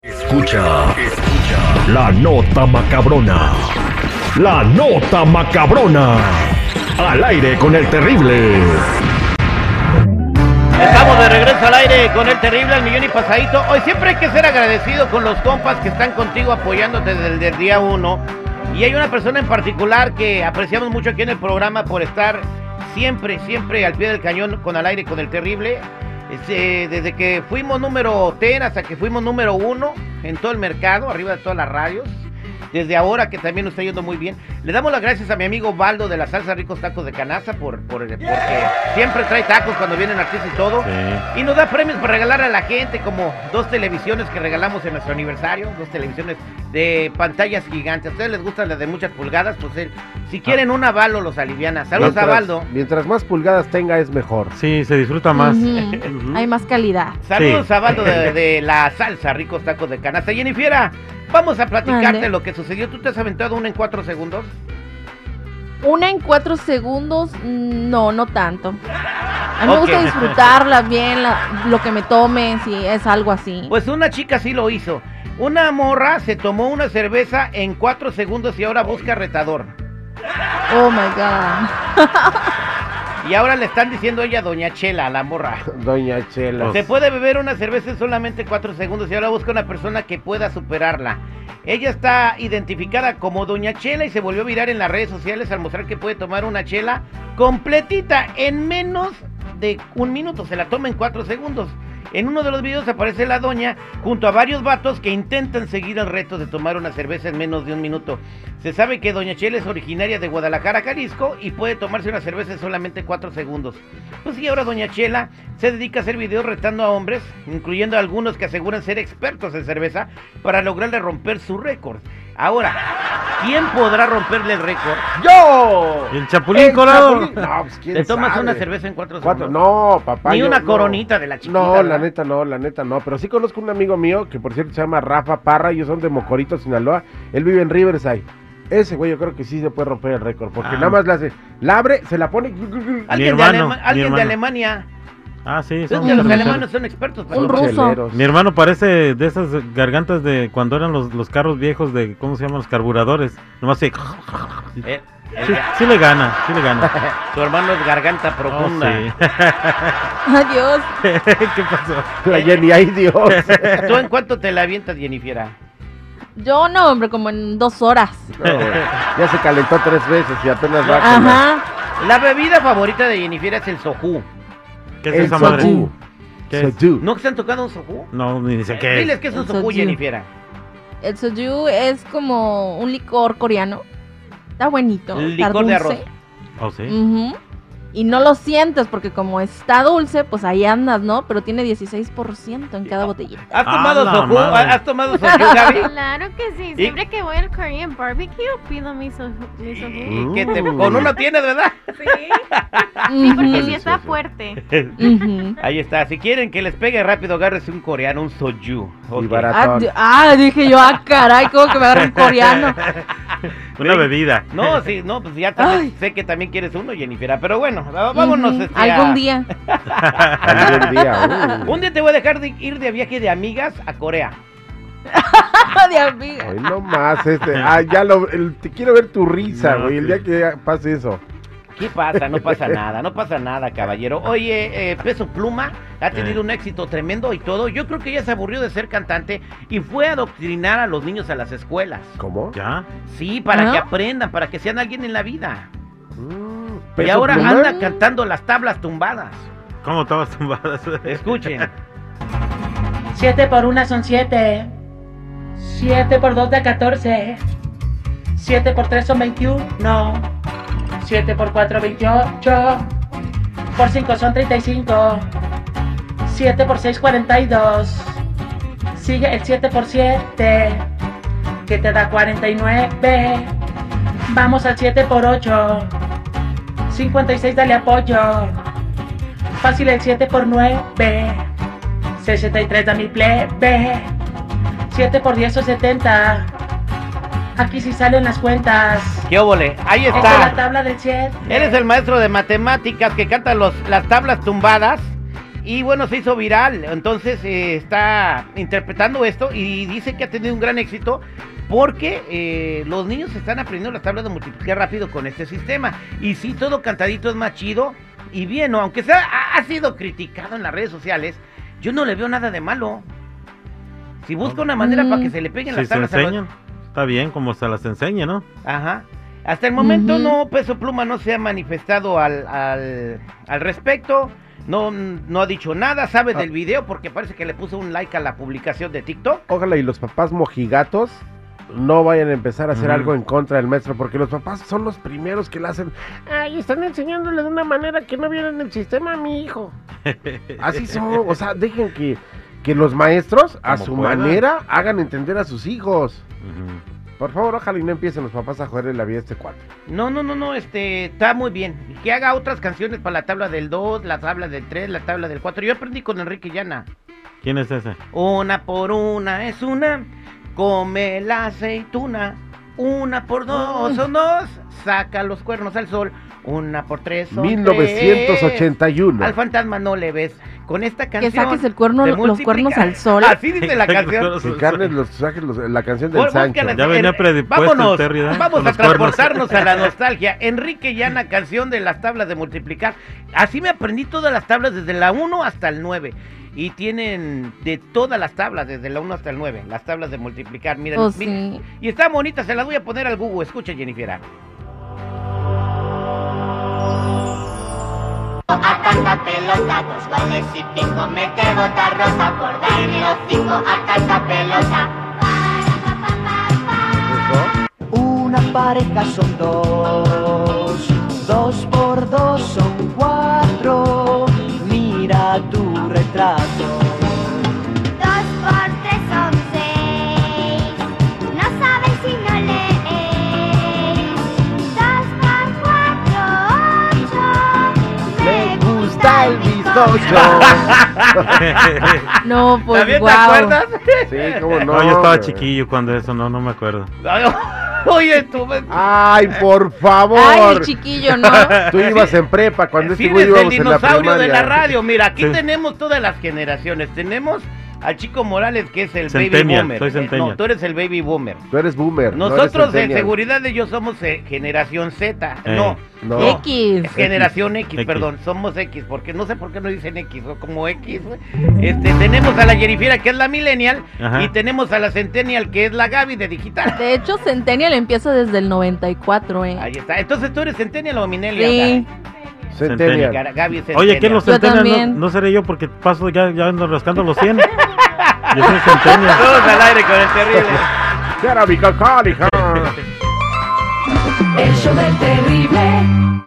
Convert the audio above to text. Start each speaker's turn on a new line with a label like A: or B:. A: Escucha, escucha. La nota macabrona. La nota macabrona. Al aire con el terrible.
B: Estamos de regreso al aire con el terrible al millón y pasadito. Hoy siempre hay que ser agradecido con los compas que están contigo apoyándote desde el del día uno. Y hay una persona en particular que apreciamos mucho aquí en el programa por estar siempre, siempre al pie del cañón con al aire con el terrible. Es, eh, desde que fuimos número 10 hasta que fuimos número uno en todo el mercado, arriba de todas las radios. Desde ahora que también nos está yendo muy bien. Le damos las gracias a mi amigo Baldo de la Salsa Ricos Tacos de Canasta por, por, porque siempre trae tacos cuando vienen artistas y todo.
C: Sí.
B: Y nos da premios para regalar a la gente como dos televisiones que regalamos en nuestro aniversario, dos televisiones de pantallas gigantes. A ustedes les gustan las de muchas pulgadas, pues él, si
C: Ah.
B: quieren un avalo los aliviana. Saludos a Baldo.
D: mientras más pulgadas tenga es mejor.
C: Sí, se disfruta más.
E: Ujú. Hay más calidad.
B: Saludos
C: Sí.
B: a Baldo de, de la salsa, ricos tacos de canasta. Jennifiera, vamos a platicarte
E: Mande.
B: lo que sucedió. ¿Tú te has aventado una en cuatro segundos?
E: Una en cuatro segundos, mm, no, no tanto. A mí me
B: Ok.
E: gusta disfrutarla bien, la- lo que me tomen, si es algo así.
B: Pues una chica sí lo hizo. Una morra se tomó una cerveza en cuatro segundos y ahora busca retador.
E: Oh my god.
B: Y ahora le están diciendo ella Doña Chela a la morra.
D: Doña
C: Pues.
D: Chela.
B: Se puede beber una cerveza en solamente cuatro segundos y ahora busca una persona que pueda superarla. Ella está identificada como Doña Chela y se volvió a virar en las redes sociales al mostrar que puede tomar una chela completita en menos de un minuto. Se la toma en cuatro segundos. En uno de los videos aparece la doña junto a varios vatos que intentan seguir el reto de tomar una cerveza en menos de un minuto. Se sabe que Doña Chela es originaria de Guadalajara, Jalisco y puede tomarse una cerveza en solamente cuatro segundos. Pues sí, ahora Doña Chela se dedica a hacer videos retando a hombres, incluyendo a algunos que aseguran ser expertos en cerveza, para lograrle romper su récord. Ahora, ¿quién podrá romperle el récord?
D: ¡Yo!
C: ¿Y el Chapulín Colorado?
D: No, pues quién
B: ¿Te tomas
D: sabe?
B: una cerveza en cuatro
D: Cuatro.
B: segundos?
D: No, papá.
B: Ni
D: yo
B: una
D: no.
B: coronita de la chiquita.
D: No, la
B: ¿verdad?
D: neta no, la neta no. Pero sí conozco un amigo mío que por cierto se llama Rafa Parra. Ellos son de Mocorito, Sinaloa. Él vive en Riverside. Ese güey yo creo que sí se puede romper el récord. Porque
C: Ah.
D: nada más la hace. La abre, se la pone.
B: Alguien,
C: Mi hermano,
B: de, Alema-
C: mi
B: alguien de
C: hermano.
B: Alemania.
C: Ah, sí.
B: Es
C: son
B: que los
C: cerveceros.
B: alemanes son expertos. para
E: Un
B: tomar.
E: ruso.
D: Cheleros.
C: Mi hermano parece de esas gargantas de cuando eran los, los carros viejos de, ¿cómo se llaman? Los carburadores. Nomás se...
B: Eh, eh,
C: Sí, sí le gana, sí le gana.
B: Tu hermano es garganta
C: Oh,
B: profunda.
C: sí.
E: Adiós.
C: ¿Qué pasó?
D: La Jenny, ay Dios.
B: ¿Tú en cuánto te la avientas, Jennifiera?
E: Yo no, hombre, como en dos horas.
D: No, ya se calentó tres veces y apenas va con la-
E: Ajá.
B: La bebida favorita de Jennifiera es el sojú.
C: ¿Qué es
D: El
C: esa madre?
D: soju.
C: ¿Qué es?
D: Soju.
B: ¿No se han tocado un sojú?
C: No, ni sé qué
B: Diles
C: es.
B: que es
E: El
B: un sojú,
E: soju.
B: Jennifiera.
E: El soju es como un licor coreano. Está bonito.
B: El
E: está
B: licor de
E: dulce.
B: arroz.
C: Oh, sí.
E: Ujú. Y no lo sientes porque como está dulce, pues ahí andas, ¿no? Pero tiene 16% en cada botellita.
B: ¿Has
C: Ah,
B: tomado
C: la
B: sojú?
C: madre.
B: ¿Has tomado sojú, Gaby?
F: Claro que sí. Siempre que voy al Korean barbecue pido mi soju. Mi soju.
B: ¿Y qué te- Con uno tienes, ¿verdad?
F: Sí,
E: Ujú,
F: porque sí está fuerte.
E: ujú.
B: Ahí está. Si quieren que les pegue rápido, agárrese un coreano, un soju.
D: Y
B: Ok.
D: barato.
E: Ah, di- ah, dije yo, ah, caray, como que me agarra un coreano.
C: Una bebida.
B: No, sí, no, pues ya también
E: Ay.
B: sé que también quieres uno, Jennifiera. Pero bueno, va- vámonos.
E: Ujú,
B: este, a-
E: Mm, Algún día.
D: Algún día. uy.
B: Un día te voy a dejar de ir de viaje de amigas a Corea.
E: de amiga.
D: Ay, no más, este. Ah, ya lo. el- te quiero ver tu risa,
C: No,
D: güey. El
C: sí.
D: día que pase eso.
B: ¿Qué pasa? No pasa nada, no pasa nada, caballero. Oye, eh, Peso Pluma ha tenido un éxito tremendo y todo. Yo creo que ella se aburrió de ser cantante y fue a adoctrinar a los niños a las escuelas.
D: ¿Cómo?
C: ¿Ya?
B: Sí, para
E: Ah.
B: que aprendan, para que sean alguien en la vida.
D: Mm,
B: Y
D: Peso
B: ahora
D: Pluma.
B: anda cantando las tablas tumbadas.
C: ¿Cómo estabas tumbada?
B: Escuchen.
G: 7 por 1 son 7. 7 por 2 da 14. 7 por 3 son 21. 7 por 4 28. Por 5 son 35. 7 por 6 42. Sigue el 7 por 7 que te da 49. Vamos al 7 por 8. 56 dale apoyo. Fácil el 7 por 9. 63 da mi plebe 7 por 10 o 70 Aquí sí salen las cuentas
B: ¿Qué óvole? Ahí
G: Esta es la
B: está.
G: tabla del 7
B: Eres el maestro de matemáticas que canta los, las tablas tumbadas Y bueno, se hizo viral. Entonces eh, está interpretando esto y dice que ha tenido un gran éxito porque eh, los niños están aprendiendo las tablas de multiplicar rápido con este sistema. Y sí, todo cantadito es más chido. Y bien, ¿no? aunque sea, ha, ha sido criticado en las redes sociales, yo no le veo nada de malo. Si busca una manera
E: Mm.
B: para que se le peguen
C: Si
B: las
C: se
B: tablas a los-
C: enseñan, está bien como se las enseñe, ¿no?
B: Ajá. Hasta el momento
E: Ujú.
B: no, Peso Pluma no se ha manifestado al, al, al respecto. No, no ha dicho nada, sabe
D: Ah.
B: del video porque parece que le puso un like a la publicación de TikTok.
D: Ojalá y los papás mojigatos no vayan a empezar a hacer
C: Ujú.
D: algo en contra del maestro, porque los papás son los primeros que la hacen. Ay, están enseñándole de una manera que no vieron el sistema a mi hijo. Así son, o sea, dejen que, que los maestros, a
C: Como
D: su
C: puedan.
D: manera, hagan entender a sus hijos.
C: Ujú.
D: Por favor, ojalá y no empiecen los papás a joderle la vida a este cuate.
B: No, no, no, no, este, está muy bien. Y Que haga otras canciones para la tabla del 2, la tabla del 3, la tabla del 4. Yo aprendí con Enrique Llana.
C: ¿Quién es ese?
B: Una por una es una, come la aceituna. Una por dos son dos, saca los cuernos al sol. Una por tres son tres.
D: 1981.
B: Al fantasma no le ves. Con esta
E: Que
B: canción. Ah,
E: saques el cuerno,
B: te
E: los
B: multiplica-
E: cuernos al sol.
B: Así dice la canción.
D: Que Carmen los saque los- la canción del
B: Bú-
D: Sancho.
B: búscala,
C: Ya venía
B: eh,
C: predispuesto el
B: vámonos,
C: Terry, ¿verdad?
B: Vamos
C: Con
B: a
C: los cuernos.
B: transportarnos a la nostalgia. Enrique Llana, canción de las tablas de multiplicar. Así me aprendí todas las tablas desde la 1 hasta el 9. Y tienen de todas las tablas, desde la 1 hasta el 9, las tablas de multiplicar. Miren,
E: Oh,
B: miren.
E: sí.
B: Y están bonitas, se las voy a poner al Google. Escucha, Jennifer.
H: Acá la pelota, dos goles y pico, mete bota rosa por darme los cinco, acá esta pelota.
I: Una pareja son dos, dos por dos son cuatro. Mira tu retrato.
H: Dos por tres son seis, no sabes si no lees. Dos por cuatro, ocho, me gusta el
E: No, pues
B: ¿También te
E: guau.
B: acuerdas?
D: Sí, cómo no.
C: No, yo estaba
D: güey.
C: chiquillo cuando eso, no, no me acuerdo.
B: Oye, tú.
D: Ay, por favor.
E: Ay, el chiquillo, ¿no?
D: Tú ibas en prepa cuando
B: Sí,
D: este güey
B: desde el
D: íbamos en la
B: dinosaurio de la
D: primaria.
B: radio. Mira, aquí
C: Sí.
B: tenemos todas las generaciones. Tenemos al chico Morales, que es el baby
C: Centennial,
B: boomer.
C: soy
B: Eh, No,
C: centennial.
B: tú eres el baby boomer.
D: Tú eres boomer. no eres
B: Nosotros en
D: centennial.
B: seguridad de ellos somos eh, generación Z.
C: Eh.
B: No,
D: No.
E: X.
B: es generación X,
C: X.
B: perdón. Somos X, porque no sé por qué no dicen X o como X. güey. Este, tenemos a la Yerifiera, que es la millennial,
C: Ajá.
B: y tenemos a la centennial, que es la Gaby de digital.
E: De hecho, Centennial empieza desde el 94, ¿eh?
B: Ahí está. Entonces tú eres centennial o millennial.
E: Sí.
D: Centennial.
B: Gaby? Gaby es
C: Oye, ¿quién los
E: Yo
C: centenias? No,
E: también.
C: no seré yo porque paso ya, ya ando rascando los 100. Yo soy centenial.
B: Todos al aire con el terrible.
D: Quiero mi cacón, hija.
I: El show del terrible.